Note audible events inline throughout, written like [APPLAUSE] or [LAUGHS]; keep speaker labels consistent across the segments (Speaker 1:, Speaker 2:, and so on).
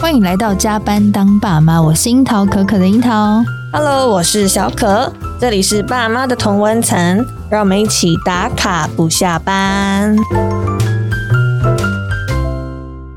Speaker 1: 欢迎来到加班当爸妈，我是樱桃可可的樱桃。
Speaker 2: Hello，我是小可，这里是爸妈的同温层，让我们一起打卡不下班。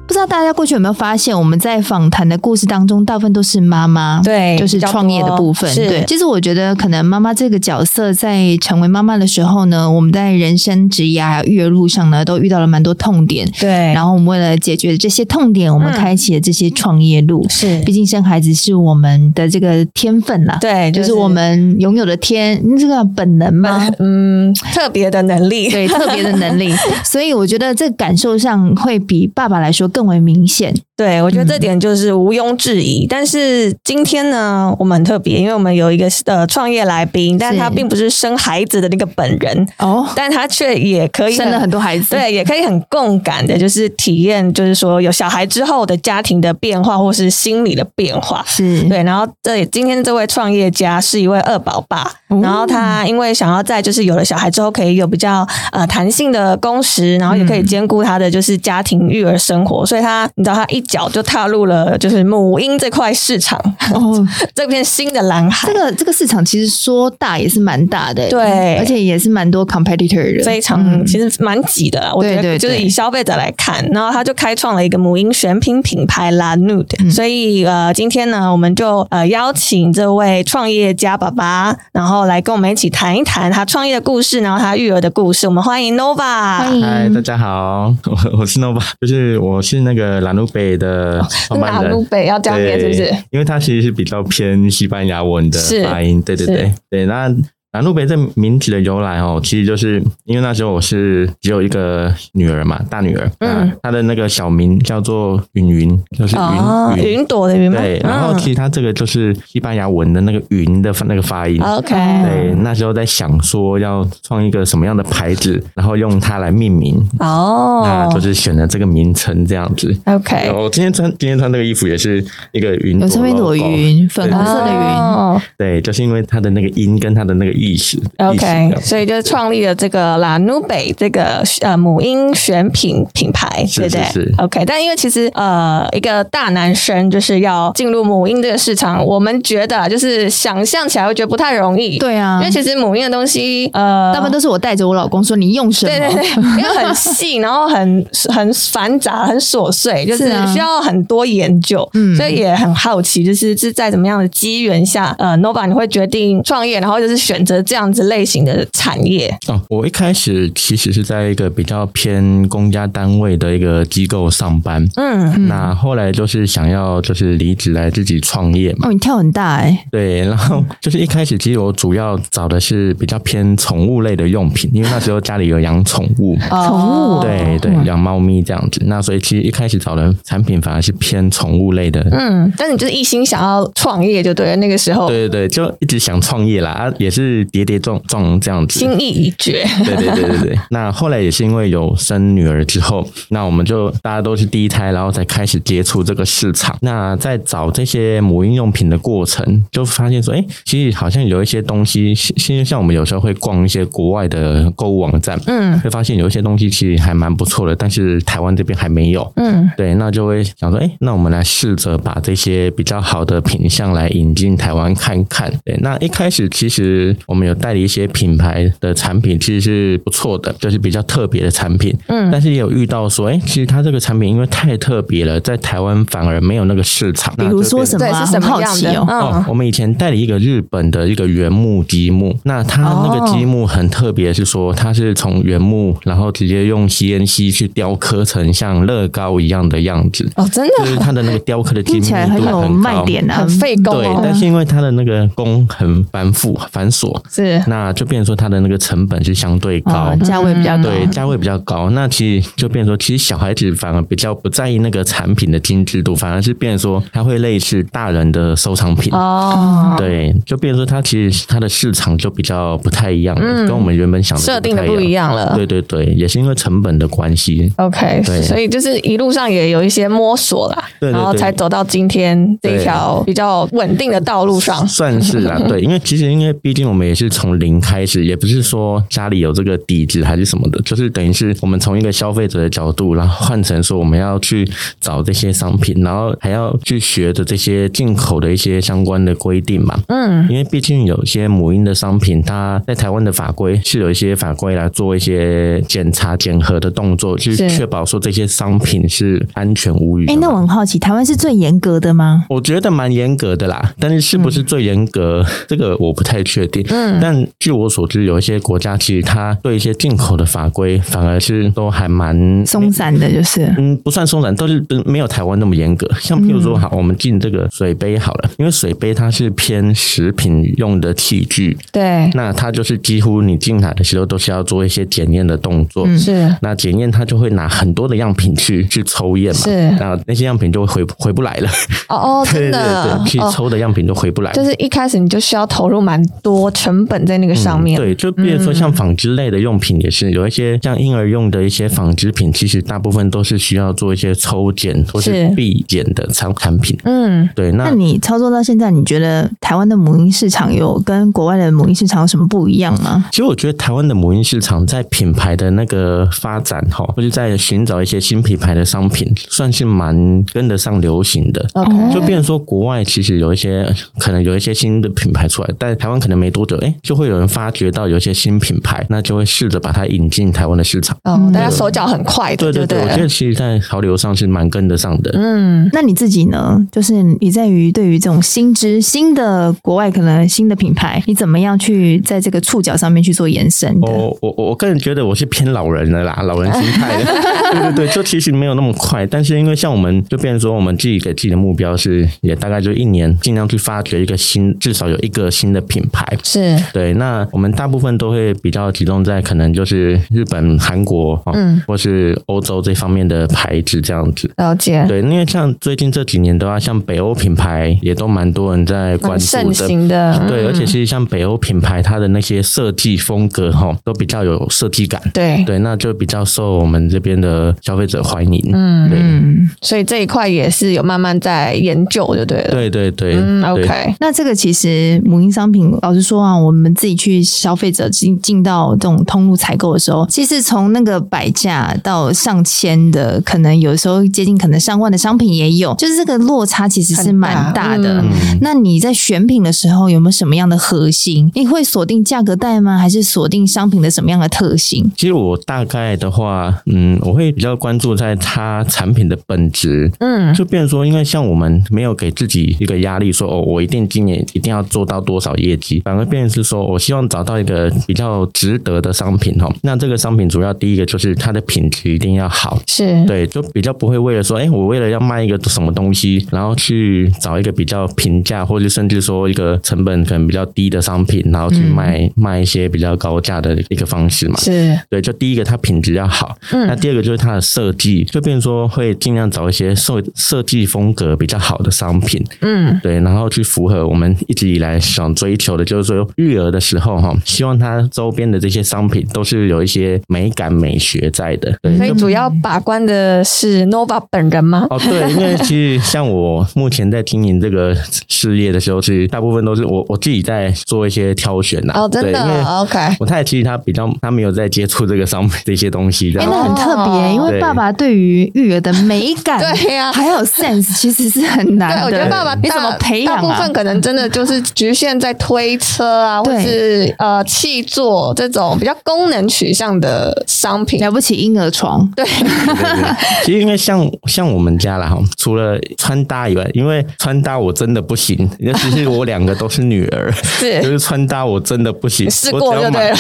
Speaker 1: 不知道大家过去有没有发现，我们在访谈的故事当中，大部分都是妈妈，
Speaker 2: 对
Speaker 1: 就是创业的部分。
Speaker 2: 比较多是
Speaker 1: 对，其实我觉得可能妈妈这个角色在成为妈妈的时候呢，我们在人生职涯还有育儿路上呢，都遇到了蛮多痛点。
Speaker 2: 对，
Speaker 1: 然后我们为了解决这些痛点，我们
Speaker 2: 嗯
Speaker 1: 开启了这些创业路。
Speaker 2: 是
Speaker 1: 毕竟生孩子是我们的这个天分啦，
Speaker 2: 嗯对，
Speaker 1: 就是是我们拥有的天，嗯这个本能吗？ [LAUGHS]
Speaker 2: 嗯特别的能力，
Speaker 1: 对，特别的能 [LAUGHS] 力，所以我觉得这感受上会比爸爸来说更为明显。
Speaker 2: 对，我觉得
Speaker 1: 嗯
Speaker 2: 这点就是毋庸置疑。但是今天呢，我们很特别，因为我们有一个呃创业来宾，但他并不是生孩子的那个本人，
Speaker 1: 哦，
Speaker 2: 但他却也可以
Speaker 1: 生了很多 [LAUGHS] 孩子，，
Speaker 2: 对，也可以很共感的，就是体验，就是说有小孩之后的家庭的变化，或是心理的变化。
Speaker 1: 是，
Speaker 2: 对，然后这里今天这位创业家是一位二宝爸，
Speaker 1: 哦
Speaker 2: 然后他因为想要在就是有了小孩之后可以有比较呃弹性的工时，然后也可以兼顾他的就是家庭育儿生活，所以他你知道他一脚就踏入了就是母婴这块市场 [LAUGHS]
Speaker 1: 哦，
Speaker 2: 这片新的蓝海
Speaker 1: 这，个这个市场其实说大也是蛮大的，欸
Speaker 2: 对
Speaker 1: 而且也是蛮多 competitor 的，
Speaker 2: 非常、
Speaker 1: 嗯
Speaker 2: 其实蛮挤的啦，我觉
Speaker 1: 对对
Speaker 2: 得就是
Speaker 1: 对
Speaker 2: 以消费者来看，然后他就开创了一个母婴选品品牌啦 Nude，、所以呃，今天呢，我们就呃邀请这位创业家爸爸，然后来跟我们一起谈一谈他创业的故事，然后他育儿的故事。我们欢迎 Nova，
Speaker 1: 欢
Speaker 2: 嗯
Speaker 1: 迎
Speaker 3: 嗨，大家好，我 [LAUGHS] 我是 Nova，就是我是那个兰努北
Speaker 2: 哦
Speaker 3: 的创办人。
Speaker 2: 北要这样念是不是
Speaker 3: 对？？因为它其实是比较偏西班牙文的
Speaker 2: 是
Speaker 3: 发音，对对
Speaker 2: 是
Speaker 3: 对对。那兰努北这名字的由来哦，其实就是因为那时候我是只有一个女儿嘛，大女儿，
Speaker 2: 嗯
Speaker 3: 那她的那个小名叫做云云，就是云、
Speaker 2: 哦，
Speaker 3: 云。
Speaker 2: 云朵的云吗？嗯
Speaker 3: 对，然后其实它这个就是西班牙文的那个“云”的发那个发音。
Speaker 2: 嗯 OK，
Speaker 3: 对，那时候在想说要创一个什么样的牌子，然后用它来命名。那
Speaker 2: 哦
Speaker 3: 就是选了这个名称这样子。
Speaker 2: ，OK，
Speaker 3: 我今天穿今天穿这个衣服也是一个云朵
Speaker 1: 有上面一朵
Speaker 3: logo
Speaker 1: 云，粉红色的云，
Speaker 2: 哦
Speaker 3: 对，就是因为它的那个音跟它的那个意思。意思这
Speaker 2: OK，
Speaker 3: 样
Speaker 2: 所以就创立了这个拉努北这个呃母婴选品品牌，
Speaker 3: 是
Speaker 2: 对不对
Speaker 3: 是是
Speaker 2: o k 但因为其实呃一个大男生就是要进入母婴这个市场，我们觉得啊就是想象起来会觉得不太容易，、
Speaker 1: 对啊
Speaker 2: 因为，其实母婴的东西呃
Speaker 1: 大部分都是我带着我老公说你用什
Speaker 2: 对对
Speaker 1: 么，
Speaker 2: 对， [LAUGHS] 因为很细，然后很很繁杂，很琐碎，就是是
Speaker 1: 啊
Speaker 2: 需要很多研究，
Speaker 1: 嗯
Speaker 2: 所以也很好奇，就是是在怎么样的机缘下，呃，Nova 你会决定创业，然后就是选择这样子类型的产业，
Speaker 3: 哦，我一开始其实是在一个比较偏公家单位的一个机构上班，
Speaker 2: 嗯，
Speaker 3: 那后来就是想要就是离职来自己创业嘛。
Speaker 1: 哦，你跳很大哎，
Speaker 3: 对， [LAUGHS] 然后就是一开始其实我主要找的是比较偏宠物类的用品，因为那时候家里有养宠物。
Speaker 1: 哦宠物
Speaker 3: 对对，养猫咪这样子。那所以其实一开始找的产品反而是偏宠物类的。
Speaker 2: 嗯，但你就是一心想要创业，就对了，那个时候
Speaker 3: 对对对，就一直想创业啦，啊，也是跌跌撞撞这样子。
Speaker 2: 心意已决，
Speaker 3: 对对对对对。那后来也是因为有生女儿之后，那我们就大家都是第一胎，然后才开始接触这个市场。那在找这些母婴用品的过程，就发现说，哎，其实好像有一些东西，其实像我们有时候会逛一些国外的购物网站，
Speaker 2: 嗯
Speaker 3: 会发现有一些东西其实还蛮不错的，但是台湾这边还没有。
Speaker 2: 嗯，
Speaker 3: 对，那就会想说，哎，那我们来试着把这些比较好的品相来引进台湾看看。对，那一开始其实我们有代理一些品牌的产品，其实是不错的，就是比较特别的产品。嗯，但是也有遇到说，哎，其实它这个产品因为太特别了，在台湾反而没有那个市场。
Speaker 1: 比如说什么
Speaker 2: 对，
Speaker 1: 啊，
Speaker 2: 是
Speaker 1: 很
Speaker 2: 什
Speaker 1: 好
Speaker 2: 么样
Speaker 1: 奇
Speaker 2: 的？
Speaker 1: 哦，
Speaker 3: 哦
Speaker 2: 嗯，，
Speaker 3: 我们以前代理一个日本的一个原木积木，那它那
Speaker 1: 哦
Speaker 3: 个积木很特别，是说它是从原木，然后直接用 CNC 去雕刻成像乐高一样的样子。
Speaker 2: 哦，真的
Speaker 3: [LAUGHS] 就是它的那个雕刻的精
Speaker 1: 听
Speaker 3: 密
Speaker 1: 起来很
Speaker 3: 度
Speaker 1: 有
Speaker 3: 很
Speaker 1: 卖
Speaker 3: 高。
Speaker 1: 点啊
Speaker 2: 很，费工
Speaker 3: 对，
Speaker 2: 哦，
Speaker 3: 但是因为它的那个工很繁复繁琐，
Speaker 2: 是
Speaker 3: 那就变成说它的那个成本是相对高
Speaker 1: 啊，，价位比较高，
Speaker 3: 嗯对，价位比较高。那其实就变成说，其实小孩子反而比较不在意那个产品的精致度，反而是变成说它会类似大人的收藏品。
Speaker 2: 哦，
Speaker 3: 对，就变成说它其实它的市场就比较不太一样了，
Speaker 2: 嗯
Speaker 3: 跟我们原本想的
Speaker 2: 设定的
Speaker 3: 不
Speaker 2: 不
Speaker 3: 太
Speaker 2: 一
Speaker 3: 一样。
Speaker 2: 样了，
Speaker 3: 对对对，也是因为成本的关系。
Speaker 2: OK，
Speaker 3: 对
Speaker 2: 所以就是一路上也有一些摸索啦，
Speaker 3: 对对对
Speaker 2: 然后才走到今天这一
Speaker 3: 对
Speaker 2: 条比较稳定的道路上。
Speaker 3: 算是啦、对，因为其实因为毕竟我们也是从零开始，也不是说家里有这个底子还是什么的，就是等于是我们从一个消费者的角度，然后换成说我们要去找这些商品，然后还要去学的这些进口的一些相关的规定嘛。
Speaker 4: 嗯，
Speaker 3: 因为毕竟有些母婴的商品，它在台湾的法规是有一些法规来做一些检查、检核的动作，去
Speaker 4: 是
Speaker 3: 确保说这些商品是安全无虞的
Speaker 1: 哎、
Speaker 3: 嘛。
Speaker 1: 那我很好奇，台湾是最严格的吗？
Speaker 3: 我觉得蛮严格的啦，但是是不
Speaker 1: 嗯
Speaker 3: 是最严格， [LAUGHS] 这个我不太确定。
Speaker 4: 嗯
Speaker 3: 但据我所知，有一些国家其实它对一些进口的法规反而是都还蛮
Speaker 1: 松散的，就是
Speaker 3: 嗯，不算松散，但是不是没有台湾那么严格。像譬如说，
Speaker 1: 嗯
Speaker 3: 好，我们进这个水杯好了，因为水杯它是偏食品用的器具，
Speaker 4: 对，
Speaker 3: 那它就是几乎你进来的时候都是要做一些检验的动作。
Speaker 1: 嗯
Speaker 4: 是
Speaker 3: 那检验它就会拿很多的样品去去抽验嘛，
Speaker 4: 是
Speaker 3: 那那些样品就会回回不来了，
Speaker 4: 哦哦，
Speaker 3: 对
Speaker 4: 真的
Speaker 3: 对，去
Speaker 4: 哦，
Speaker 3: 抽的样品都回不来。
Speaker 4: 就是一开始你就需要投入蛮多成本在那个上面，嗯
Speaker 3: 对，就比如说像纺织类的用品也是，有一些像婴儿用的一些纺织品，其实大部分都是需要做一些抽检或是
Speaker 4: 是
Speaker 3: 必检的产产品。
Speaker 4: 嗯，
Speaker 3: 对，那
Speaker 1: 那你操作到现在，你觉得台湾的母婴市场有跟国外的母婴市场有什么不一样吗？
Speaker 3: 其实我觉得台湾的母婴市场在品牌的那个发展哈，或者在寻找一些新品牌的商品，算是蛮跟得上流行的。
Speaker 4: OK
Speaker 3: 就变成说，国外其实有一些可能有一些新的品牌出来，但台湾可能没多久，哎、就会有人发掘到有一些新品牌，那就会试着把它引进台湾的市场。
Speaker 4: 哦，大家手脚很快的，
Speaker 3: 对对
Speaker 4: 不
Speaker 3: 对，我觉得其实，在潮流上是蛮跟得上的。
Speaker 4: 嗯，
Speaker 1: 那你自己呢？就是你在于对于这种新知、新的国外可能新的品牌，你怎么样去在这个触角上面去做延伸的？
Speaker 3: 我我我我个人觉得我是偏老人的啦，老人心态 [LAUGHS] 的。对对对，就其实没有那么快，但是因为像我们就变成说，我们自己给自己的目标是，也大概就一年尽量去发掘一个新，至少有一个新的品牌。
Speaker 4: 是
Speaker 3: 对，那我们大部分都会比较集中在可能就是日本、韩国，哦、
Speaker 4: 嗯
Speaker 3: 或是欧洲这方面的牌子这样子。
Speaker 4: 了解，
Speaker 3: 对，因为像最近这几年的话，像北欧品牌也都蛮多人在关
Speaker 4: 蛮
Speaker 3: 注
Speaker 4: 哦盛
Speaker 3: 的，
Speaker 4: 行的，
Speaker 3: 对，
Speaker 4: 嗯
Speaker 3: 而且其实像北欧品牌，它的那些设计风格哈，都比较有设计感。
Speaker 4: 对，
Speaker 3: 对，那就比较受我们这边的消费者欢迎。
Speaker 4: 嗯，
Speaker 1: 嗯，
Speaker 4: 所以这一块也是有慢慢在研究，就对了，
Speaker 3: 对对对，
Speaker 4: 嗯
Speaker 3: 对
Speaker 4: ，OK，
Speaker 1: 那这个其实母婴商品，老实说啊，我们自己去消费者进进到这种通路采购的时候，其实从那个百价到上千的，可能有时候接近可能上万的商品也有，就是这个落差其实是蛮大的。
Speaker 4: 很大
Speaker 3: 嗯
Speaker 1: 那你在选品的时候有没有什么样的核心？你会锁定价格带吗？还是锁定商品的什么样的特性？
Speaker 3: 其实我大概的话，嗯，我会比较关注在它产品的本质。
Speaker 4: 嗯，
Speaker 3: 就变成说，因为像我们没有给自己一个压力说，哦，我一定今年一定要做到多少业绩，反而变成是说我希望找到一个比较值得的商品哦。那这个商品主要第一个就是它的品质一定要好，
Speaker 2: 嗯
Speaker 4: 是，
Speaker 3: 对，就比较不会为了说，哎、我为了要卖一个什么东西，然后去找一个比较平价，或者甚至说一个成本可能比较低的商品，然后去卖、卖一些比较高价的一个方式嘛。
Speaker 4: 是，
Speaker 3: 对，就第一个它品质要好，
Speaker 4: 嗯
Speaker 3: 那第二个就是它的设计，就变成说会尽量找一些设设计风格比较好的商品，
Speaker 4: 嗯，
Speaker 3: 对，然后去符合我们一直以来想追求的，就是说育儿的时候哈，希望它周边的这些商品都是有一些美感美学在的，对，
Speaker 4: 所以主要把关的是 Nova 本人吗？
Speaker 3: 哦，对，因为其实像我目前在经营这个事业的时候，其实大部分都是我我自己在做一些挑选呐、
Speaker 4: 哦，真
Speaker 3: 对，因为
Speaker 4: 的，OK，
Speaker 3: 我太太其实她比较她没有在接触这个商品这些东西，这
Speaker 1: 哎、
Speaker 3: 样。
Speaker 1: 那很特别，
Speaker 4: 哦
Speaker 1: 因为
Speaker 3: 对
Speaker 1: 爸爸对于育儿的美
Speaker 4: [LAUGHS]
Speaker 1: 感，
Speaker 4: 对呀
Speaker 1: 还有 sense，其实是很难
Speaker 4: 啊对，我
Speaker 1: 的。
Speaker 4: 觉得爸爸
Speaker 1: 你
Speaker 4: 大
Speaker 1: 怎么培养
Speaker 4: 大部
Speaker 1: 啊
Speaker 4: 分？可能真的就是局限在推车啊，或
Speaker 1: 对
Speaker 4: 是呃气座这种比较功能取向的商品。
Speaker 1: 了不起婴儿床，
Speaker 4: 对，
Speaker 3: 对对 [LAUGHS] 其实因为像像我们家啦，哈，除了穿搭以外，因为穿搭我真的不行，尤其是我两个都是女儿， [LAUGHS] 就是是穿搭我真的不行。
Speaker 4: 试
Speaker 3: 我
Speaker 4: 过
Speaker 3: 只要
Speaker 4: 就
Speaker 3: 买
Speaker 4: 对了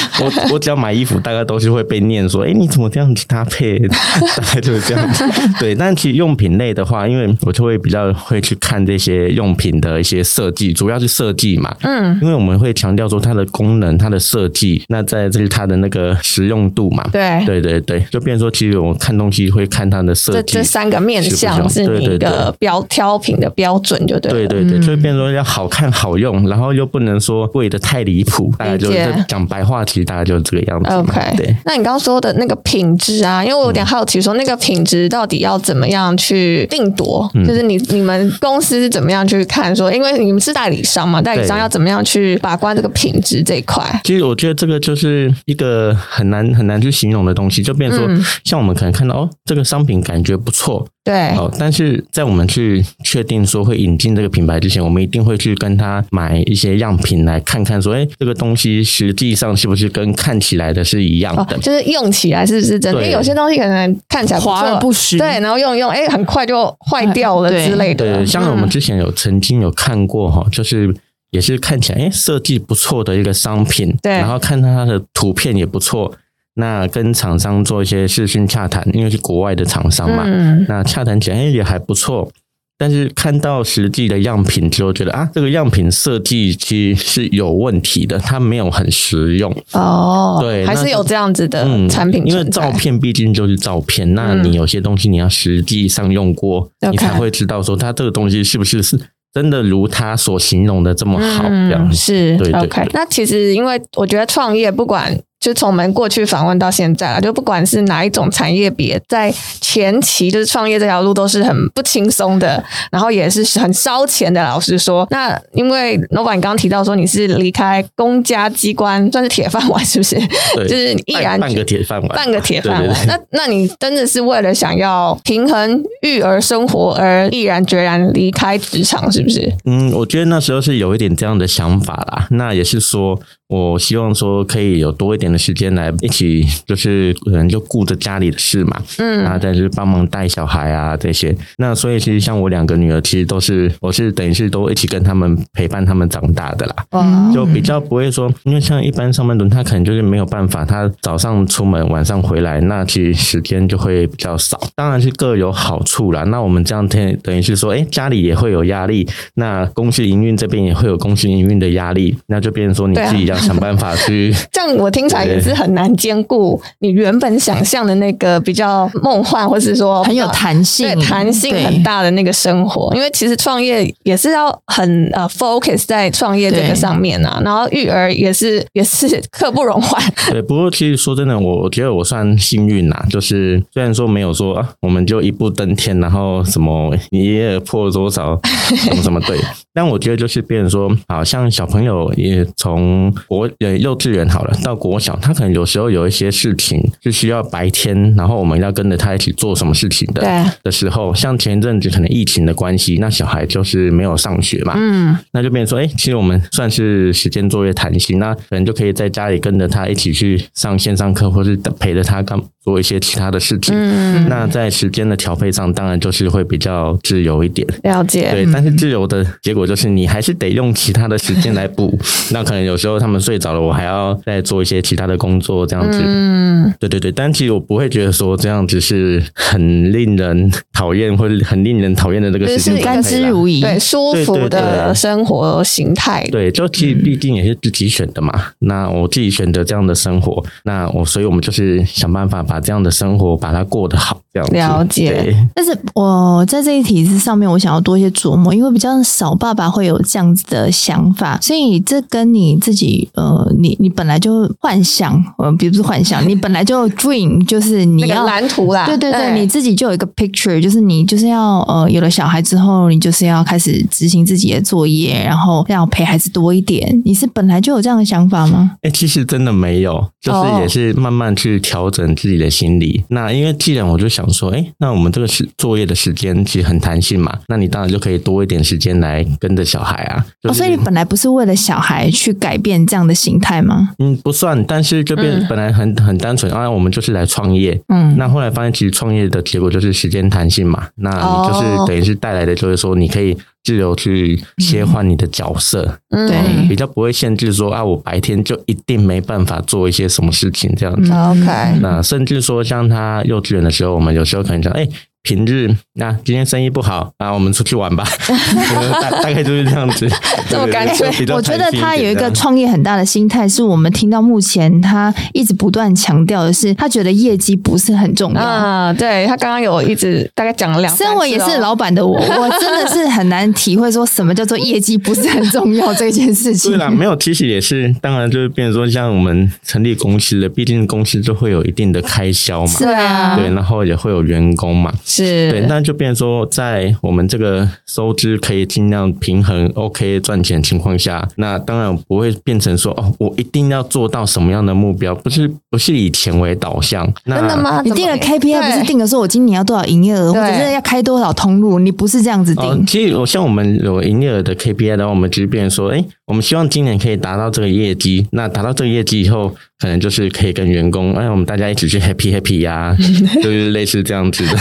Speaker 3: 我我只要买衣服，大概都是会被念说：“哎、你怎么这样子搭配？” [LAUGHS] 大概就是
Speaker 4: [LAUGHS]
Speaker 3: 这样子。对，但其实用品类的话，因为我就会比较会去看这些用品的一些设计，主要是设计嘛。嗯，因为我们会强调说它的功能、它的设计，那在这是它的那个实用度嘛。
Speaker 4: 对
Speaker 3: 对对对，就变成说，其实我看东西会看它的设
Speaker 4: 这
Speaker 3: 计
Speaker 4: 这。三个面
Speaker 3: 是
Speaker 4: 向
Speaker 3: 不是
Speaker 4: 是你
Speaker 3: 对
Speaker 4: 一
Speaker 3: 对
Speaker 4: 个标挑品的标准，就对
Speaker 3: 对
Speaker 4: 了。
Speaker 3: 对对，就会变成说要好看好用，然后又不能说贵的太离谱，大概就
Speaker 4: 理解
Speaker 3: 就讲白话，其实大概就是这个样子嘛。
Speaker 4: OK，
Speaker 3: 对，
Speaker 4: 那你刚刚说的那个品质啊，因为我有点好奇，说那个品质到底要怎么样去定夺？
Speaker 3: 嗯
Speaker 4: 就是你你们公司是怎么样去看说？因为你们是代理商嘛，代理商要怎么样去把关
Speaker 2: 关这个品质这一块。
Speaker 3: 其实我觉得这个就是一个很难很难去形容的东西，就变成说，
Speaker 2: 嗯
Speaker 3: 像我们可能看到哦，这个商品感觉不错，
Speaker 4: 哎
Speaker 2: 对，
Speaker 3: 好、但是在我们去确定说会引进这个品牌之前，我们一定会去跟他买一些样品来看看说，哎，这个东西实际上是不是跟看起来的是一样
Speaker 2: 哦
Speaker 3: 的？，
Speaker 2: 就是用起来是不是真的？因
Speaker 3: 对
Speaker 2: 为有些东西可能看起来
Speaker 5: 华而
Speaker 2: 错
Speaker 5: 不实。
Speaker 2: 对，，然后用一用，哎、很快就坏掉了
Speaker 1: 对
Speaker 2: 之类的。
Speaker 3: 嗯对，像我们之前有曾经有看过哈，就是也是看起来哎设计不错的一个商品，
Speaker 2: 对
Speaker 3: 然后看它的图片也不错，那跟厂商做一些视讯洽谈，因为是国外的厂商嘛，
Speaker 2: 嗯，
Speaker 3: 那洽谈起来哎也还不错。但是看到实际的样品之后，觉得啊，这个样品设计其实是有问题的，它没有很实用。
Speaker 2: 哦，
Speaker 3: 对
Speaker 2: 还
Speaker 3: 那
Speaker 2: 是有这样子的
Speaker 3: 嗯，
Speaker 2: 呃产品
Speaker 3: 因为
Speaker 2: 存在
Speaker 3: 照片毕竟就是照片，那
Speaker 2: 嗯
Speaker 3: 你有些东西你要实际上用过，
Speaker 2: 要
Speaker 3: 你
Speaker 2: 看
Speaker 3: 才会知道说它这个东西是不是是真的如它所形容的这么好这样
Speaker 2: 嗯、
Speaker 3: 子。
Speaker 2: 是
Speaker 3: 对对
Speaker 2: OK
Speaker 3: 对。
Speaker 2: 那其实因为我觉得创业不管。就从我们过去访问到现在啊，就不管是哪一种产业别，在前期就是创业这条路都是很不轻松的，然后也是很烧钱的。老实说，那因为老板刚刚提到说你是离开公家机关，算是铁饭碗，是不是？
Speaker 3: 对，
Speaker 2: [LAUGHS] 就是毅然
Speaker 3: 半半个铁饭碗，
Speaker 2: 半个铁饭
Speaker 3: 对对
Speaker 2: 碗。那那你真的是为了想要平衡育儿生活而毅然决然离开职场，是不是？
Speaker 3: 嗯，我觉得那时候是有一点这样的想法啦。那也是说，我希望说可以有多一点的时间来一起，就是可能就顾着家里的事嘛，
Speaker 2: 嗯
Speaker 3: 然后再就是帮忙带小孩啊这些。那所以其实像我两个女儿，其实都是我是等于是都一起跟他们陪伴他们长大的啦。
Speaker 2: 嗯
Speaker 1: 哇
Speaker 3: 就比较不会说，因为像一般上班族，他可能就是没有办法，他早上出门，晚上回来，那其实时间就会比较少。当然是各有好处啦。那我们这样等等于是说，哎、家里也会有压力，那公司营运这边也会有公司营运的压力，那就变成说你
Speaker 2: 对啊
Speaker 3: 自己要想办法去
Speaker 2: 这样我听起来
Speaker 3: 对
Speaker 2: 也是很难兼顾你原本想象的那个比较梦幻，或是说
Speaker 1: 很有
Speaker 2: 比较
Speaker 1: 弹性，
Speaker 2: 对弹性
Speaker 1: 对
Speaker 2: 很大的那个生活，因为其实创业也是要很呃 focus 在创业这个
Speaker 1: 对
Speaker 2: 上面啊，然后育儿也是也是刻不容缓，
Speaker 3: 对，不过其实说真的，我我觉得我算幸运啦，就是虽然说没有说啊，我们就一步登天，然后什么一夜破多少什么什么对，但我觉得就是变成说，好像小朋友也从国呃幼稚园好了到国小，他可能有时候有一些事情是需要白天，然后我们要跟着他一起做什么事情的。
Speaker 2: 对，
Speaker 3: 的时候，像前一阵子可能疫情的关系，那小孩就是没有上学嘛，
Speaker 2: 嗯，
Speaker 3: 那就变成说，哎、其实我们算是时间作业弹性，那可能就可以在家里跟着他一起去上线上课，或是陪着他干做一些其他的事情。
Speaker 2: 嗯
Speaker 3: 那在时间的调配上，当然就是会比较自由一点。
Speaker 2: 了解，
Speaker 3: 对，但是自由的结果就是你还是得用其他的时间来补。 [LAUGHS] 那可能有时候他们睡着了，我还要再做一些其他的工作，这样子。
Speaker 2: 嗯，
Speaker 3: 对对对，但其实我不会觉得说这样子是很令人讨厌，或者很令人讨厌的这个
Speaker 2: 就
Speaker 3: 时
Speaker 2: 是
Speaker 3: 间
Speaker 2: 一
Speaker 3: 调
Speaker 2: 个
Speaker 1: 甘
Speaker 3: 配
Speaker 1: 之
Speaker 3: 啦。
Speaker 1: 如饴。
Speaker 2: 对，舒服
Speaker 3: 对对
Speaker 2: 的
Speaker 3: 对
Speaker 2: 生活形态，
Speaker 3: 对，就
Speaker 2: 嗯
Speaker 3: 其实毕竟也是自己选的嘛。那我自己选择这样的生活，那我所以我们就是想办法把这样的生活把它过得好，这样子
Speaker 2: 了解
Speaker 3: 对
Speaker 1: 但是我在这一题是上面，我想要多一些琢磨，因为比较少爸爸会有这样子的想法，所以这跟你自己呃，你你本来就幻想，呃，比如是幻想，你本来就
Speaker 2: [LAUGHS]
Speaker 1: dream，就是你
Speaker 2: 那个
Speaker 1: 要。
Speaker 2: 蓝图啦，哎
Speaker 1: 对对对，你自己就有一个 picture，就是你就是要呃有了小孩之后，你就是要开始执行自己的作业，然后要陪孩子多一点。你是本来就有这样的想法吗？
Speaker 3: 哎、其实真的没有，
Speaker 2: 哦
Speaker 3: 就是也是慢慢去调整自己的心理。那因为既然我就想说，哎、那我们这个是作业的时间其实很弹性嘛，那你当然就可以多一点时间来跟着小孩啊。就
Speaker 1: 哦，
Speaker 3: 是、
Speaker 1: 所以你本来不是为了小孩去改变这样的形态吗？
Speaker 3: 嗯不算，但是就变
Speaker 2: 嗯
Speaker 3: 本来很很单纯，啊，我们就是来创业，
Speaker 1: 嗯，
Speaker 3: 那后来发现，其实创业的结果就是时间弹性嘛。那你
Speaker 1: 哦
Speaker 3: 就是等于是带来的，就是说你可以自由去切换你的角色，
Speaker 2: 嗯
Speaker 1: 对
Speaker 3: 嗯比较不会限制说啊，我白天就一定没办法做一些什么事情
Speaker 1: 嗯
Speaker 3: 这样子。
Speaker 1: 哦
Speaker 2: OK
Speaker 3: 那甚至说，像他幼稚园的时候，我们有时候可能讲，哎、平日那、今天生意不好啊，我们出去玩吧， [LAUGHS] 大大概就是这样
Speaker 1: [LAUGHS]
Speaker 3: 子。
Speaker 2: 这么干脆
Speaker 3: 对对对就比较
Speaker 1: 我觉得
Speaker 3: 弹性
Speaker 1: 他
Speaker 3: 点
Speaker 1: 有一
Speaker 3: 这
Speaker 1: 个
Speaker 3: 样
Speaker 1: 创业很大的心态，是我们听到目前他一直不断强调的是，他觉得业绩不是很重要。
Speaker 2: 啊，对他刚刚有一直大概讲了两，哦
Speaker 1: 身为也是，老板的我，我真的是很难体会说什么叫做业绩不是很重要这件事情
Speaker 3: [LAUGHS] 对。啦，没有，其实也是，当然就是变成说，像我们成立公司的，毕竟公司就会有一定的开销嘛，
Speaker 1: 是啊，
Speaker 3: 对，然后也会有员工嘛，
Speaker 4: 是
Speaker 3: 对，那就变成说，在我们这个收支可以尽量平衡、OK 赚钱的情况下，那当然不会变成说哦，我一定要做到什么样的目标，不是不是以钱为导向。那
Speaker 2: 真的？吗？
Speaker 1: 你
Speaker 2: 怎么
Speaker 1: 定了
Speaker 2: 会
Speaker 1: KPI 不是
Speaker 2: 对
Speaker 1: 定了说我今年要多少营业额，或
Speaker 2: 对
Speaker 1: 者是要开多少通路，你不是这样子
Speaker 3: 哦
Speaker 1: 定，。
Speaker 3: 其实我像我们有营业额的 KPI 的话，我们只是变成说，哎、我们希望今年可以达到这个业绩。那达到这个业绩以后，可能就是可以跟员工，哎，我们大家一起去 happy happy 呀、
Speaker 2: [LAUGHS]
Speaker 3: 就是类似这样子的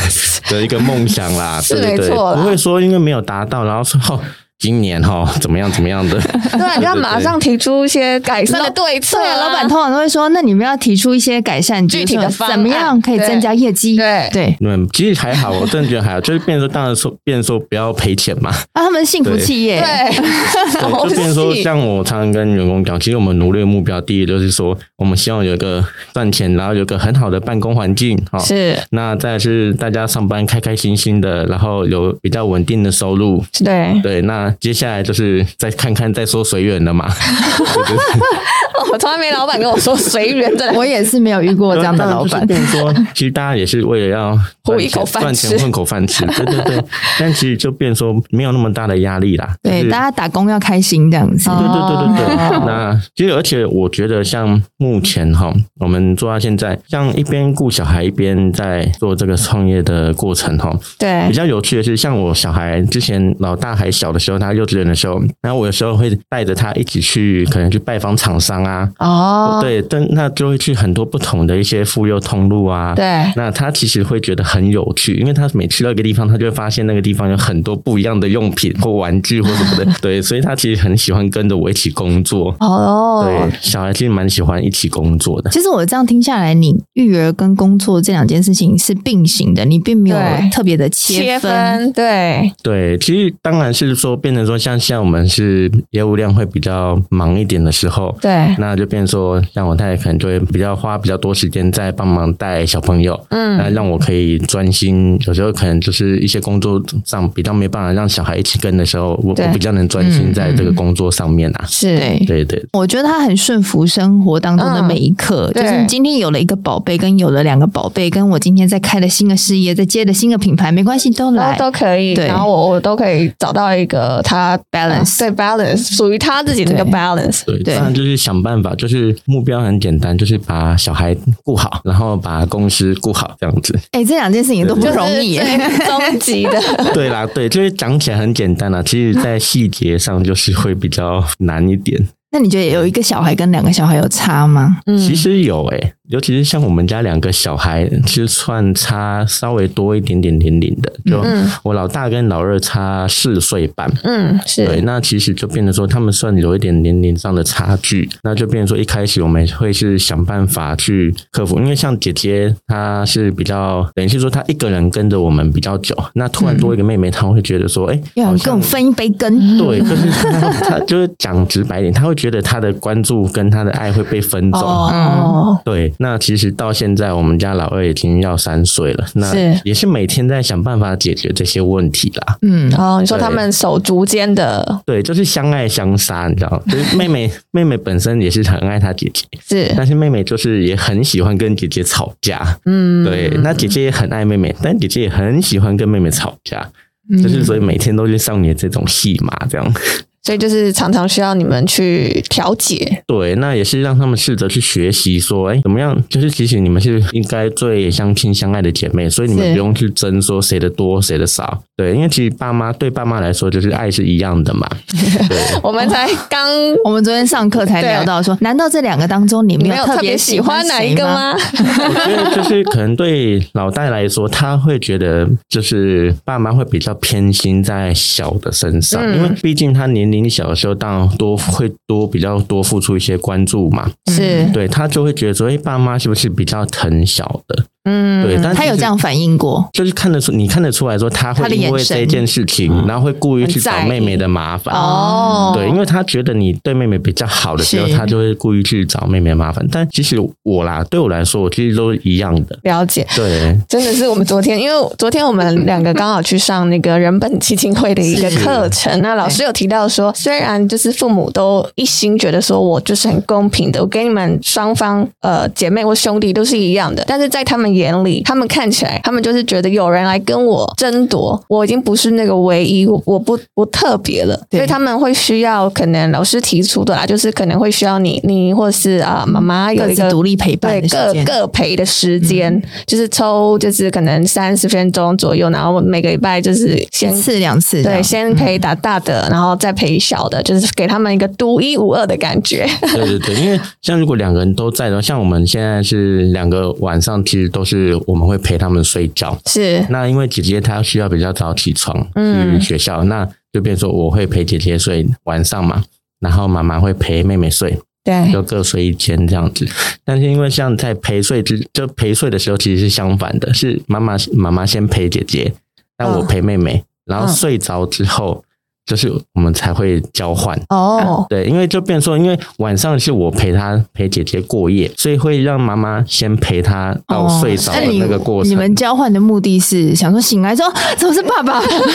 Speaker 3: 的一个梦想啦，
Speaker 2: 是
Speaker 3: 对对
Speaker 2: 没
Speaker 3: 对
Speaker 2: 错啦
Speaker 3: 不会说因为没有达到，然后说、哦、今年哈、哦、怎么样怎么样的，
Speaker 2: 对啊，你要马上提出一些改善的对策
Speaker 1: 对
Speaker 2: 啊、
Speaker 1: 啊，老板通常都会说，那你们要提出一些改善，
Speaker 2: 具体
Speaker 1: 比如
Speaker 2: 的
Speaker 1: 说
Speaker 2: 方案
Speaker 1: 怎么样可以增加业绩？
Speaker 2: 对
Speaker 1: 对，
Speaker 3: 嗯，其实还好，我真的觉得还好，就是变成说，当然说，变成说不要赔钱嘛，
Speaker 1: 啊，他们幸福企
Speaker 2: [LAUGHS]
Speaker 1: 业，
Speaker 3: 对，就变成说，
Speaker 2: 对，
Speaker 3: 像我常常跟员工讲，其实我们努力的目标，第一就是说，我们希望有一个赚钱，然后有一个很好的办公环境，哈、
Speaker 4: 是，
Speaker 3: 那再来是大家上班开开心心的，然后有比较稳定的收入，
Speaker 1: 嗯
Speaker 4: 对，
Speaker 3: 对。那接下来就是再看看再说随缘了嘛。
Speaker 2: [LAUGHS] 我从来没老板跟我说随缘的，
Speaker 1: [LAUGHS] 我也是没有遇过这样的老板
Speaker 3: [LAUGHS] 当然就是。变成说，其实大家也是为了要
Speaker 2: 糊一口饭
Speaker 3: 赚
Speaker 2: 吃
Speaker 3: 钱混口饭吃，对对对。但其实就变成说没有那么大的压力啦。
Speaker 1: [LAUGHS]
Speaker 3: 就
Speaker 1: 对，
Speaker 3: 是
Speaker 1: 大家打工要开心这样子。哦
Speaker 3: 对对对对对。那其实，而且我觉得，像目前哈，我们做到现在，像一边顾小孩，一边在做这个创业的过程哈。比
Speaker 4: 对，
Speaker 3: 较有趣的是，像我小孩之前老大还小的时候，他幼稚园的时候，然后我有时候会带着他一起去，可能去拜访厂商啊，
Speaker 2: [LAUGHS] 哦，
Speaker 3: 对，但那就会去很多不同的一些妇幼通路啊。
Speaker 2: 对，
Speaker 3: 那他其实会觉得很有趣，因为他每去到一个地方，他就会发现那个地方有很多不一样的用品或玩具或什么的，对，所以他其实很喜欢跟着我一起工作。
Speaker 2: 哦
Speaker 3: 对，，小孩其实蛮喜欢一起工作的。
Speaker 1: 其实我这样听下来，你育儿跟工作这两件事情是并行的，你并没有
Speaker 2: 对
Speaker 1: 特别的
Speaker 2: 切
Speaker 1: 切分。
Speaker 2: 分，对，
Speaker 3: 对，其实当然是说变成说像像我们是业务量会比较忙一点的时候，
Speaker 2: 对，
Speaker 3: 那就变成说像我太太可能就会比较花比较多时间在帮忙带小朋友，
Speaker 2: 嗯，
Speaker 3: 那让我可以专心。有时候可能就是一些工作上比较没办法让小孩一起跟的时候，我
Speaker 2: 对嗯
Speaker 3: 我比较能专心在这个工作上面啊。
Speaker 2: 是，
Speaker 1: 对，
Speaker 3: 对对
Speaker 1: 我觉得他很顺服生活当中的每一刻，就
Speaker 2: 嗯
Speaker 1: 是
Speaker 2: 对
Speaker 1: 你今天有了一个宝贝，跟有了两个宝贝，跟我今天在开了新的事业，在接了新的品牌，没关系，都
Speaker 2: 然
Speaker 1: 来
Speaker 2: 后。都可以，
Speaker 1: 对
Speaker 2: 然后我我都可以找到一个他
Speaker 1: Balance
Speaker 2: 对 balance 属于他自己的那个
Speaker 1: 对
Speaker 2: balance，
Speaker 3: 对，
Speaker 1: 对
Speaker 3: 当然就是想办法，就是目标很简单，就是把小孩顾好，然后把公司顾好这样子。
Speaker 2: [LAUGHS]
Speaker 1: 哎、这两件事情都不
Speaker 2: 就是
Speaker 1: 容易耶。 [LAUGHS]
Speaker 2: [LAUGHS] 最终极的，
Speaker 3: 对啦，对，就是讲起来很简单啦，其实在细节上就是会比较难一点。
Speaker 1: 那你觉得有一个小孩跟两个小孩有差吗？
Speaker 2: 嗯
Speaker 3: 其实有诶、尤其是像我们家两个小孩，其实算差稍微多一点点年龄的，就我老大跟老二差四岁半。
Speaker 2: 嗯，是
Speaker 3: 对，那其实就变得说，他们算有一点年龄上的差距，那就变成说，一开始我们会是想办法去克服，因为像姐姐她是比较，等于是说她一个人跟着我们比较久，那突然多一个妹妹，她会觉得说，哎、
Speaker 1: 要
Speaker 2: 嗯
Speaker 3: 好
Speaker 1: 跟
Speaker 3: 像
Speaker 1: 我分一杯羹。
Speaker 3: 对，
Speaker 2: [LAUGHS]
Speaker 3: 就是他，他就是讲直白一点，他会觉得他的关注跟他的爱会被分走。
Speaker 2: 哦，
Speaker 3: 对，那其实到现在，我们家老二已经要三岁了，那
Speaker 2: 是
Speaker 3: 也是每天在想办法解决这些问题啦。
Speaker 1: 嗯，
Speaker 2: 哦，你说他
Speaker 3: 对
Speaker 2: 们手足间的
Speaker 3: 对，就是相爱相杀，你知道吗？就是妹妹，妹妹本身也是很爱她姐姐，
Speaker 2: 是
Speaker 3: 但是妹妹就是也很喜欢跟姐姐吵架。
Speaker 2: 嗯，
Speaker 3: 对，那姐姐也很爱妹妹，但姐姐也很喜欢跟妹妹吵架，
Speaker 1: 嗯
Speaker 2: 嗯
Speaker 3: 就是所以每天都是上演这种戏码这样。
Speaker 2: 所以就是常常需要你们去调解，
Speaker 3: 对，那也是让他们试着去学习，说，哎，怎么样？就是其实你们是应该最相亲相爱的姐妹，所以你们
Speaker 2: 是
Speaker 3: 不用去争说谁的多谁的少。对，因为其实爸妈对爸妈来说，就是爱是一样的嘛。对，
Speaker 2: 我们才刚。
Speaker 1: 我们昨天上课才聊到说，难道这两个当中你
Speaker 2: 你
Speaker 1: 没
Speaker 2: 没有
Speaker 1: 有
Speaker 2: 特
Speaker 1: 别
Speaker 2: 别喜欢哪一个
Speaker 1: 谁吗？
Speaker 2: 吗？
Speaker 3: 我觉得就是可能对老大来说，他会觉得就是爸妈会比较偏心在小的身上，
Speaker 1: 嗯
Speaker 3: 因为毕竟他年龄小的时候，当然多会多比较多付出一些关注嘛。
Speaker 2: 是，
Speaker 3: 对他就会觉得说，哎，爸妈是不是比较疼小的？
Speaker 2: 嗯，
Speaker 3: 对，但
Speaker 1: 他有
Speaker 3: 其实
Speaker 1: 这样反应过，
Speaker 3: 就是看得出，你看得出来说他
Speaker 1: 他
Speaker 3: 会
Speaker 1: 的
Speaker 3: 因
Speaker 1: 眼
Speaker 3: 为
Speaker 1: 神
Speaker 3: 这件事情，然后会故意去
Speaker 2: 很在
Speaker 3: 找
Speaker 2: 意
Speaker 3: 妹妹的麻烦。
Speaker 2: 哦，
Speaker 3: 对，因为他觉得你对妹妹比较好的时候，
Speaker 1: 是
Speaker 3: 他就会故意去找妹妹的麻烦。但其实我啦，对我来说，我其实都一样的。
Speaker 2: 了解，
Speaker 1: [LAUGHS]
Speaker 3: 对，
Speaker 2: 真的是我们昨天，因为昨天我们两个刚好去上那个人本基金会的一个课程，那老师有提到说，虽然就是父母都一心觉得说我就是很公平的，我给你们双方呃姐妹或兄弟都是一样的，但是在他们们眼里，他们看起来，他们就是觉得有人来跟我争夺，我已经不是那个唯一，我我不不特别了，
Speaker 1: 对
Speaker 2: 所以他们会需要可能老师提出的啦，就是可能会需要你你或是啊妈妈有
Speaker 1: 各
Speaker 2: 一
Speaker 1: 自
Speaker 2: 个
Speaker 1: 独立陪伴
Speaker 2: 对
Speaker 1: 的时
Speaker 2: 各
Speaker 1: 间。
Speaker 2: 各陪的时间，
Speaker 1: 嗯
Speaker 2: 就是抽就是可能三十分钟左右，然后每个礼拜就是先
Speaker 1: 一次两次嗯这样，
Speaker 2: 对，先陪打大的，然后再陪小的，就是给他们一个独一无二的
Speaker 1: [LAUGHS]
Speaker 2: 感觉。
Speaker 3: 对对对，因为像如果两个人都在的话，像我们现在是两个晚上，其实都是我们会陪他们睡觉。
Speaker 2: 是，
Speaker 3: 那因为姐姐她需要比较早起床
Speaker 1: 嗯
Speaker 3: 去学校，那就变成说我会陪姐姐睡晚上嘛，然后妈妈会陪妹妹睡，
Speaker 2: 对，
Speaker 3: 就各睡一间这样子。但是因为像在陪睡之就陪睡的时候，其实是相反的，是妈妈妈妈先陪姐姐，那
Speaker 1: 嗯
Speaker 3: 我陪妹妹，然后睡着之后，就是我们才会交换。
Speaker 1: 哦，
Speaker 3: 对，因为就变成说，因为晚上是我陪她陪姐姐过夜，所以会让妈妈先陪她到睡着
Speaker 1: 哦那
Speaker 3: 的
Speaker 1: 你
Speaker 3: 那个过程。
Speaker 1: 你 [LAUGHS] 们交换的目的是想说醒来之后怎么是爸爸？ [LAUGHS]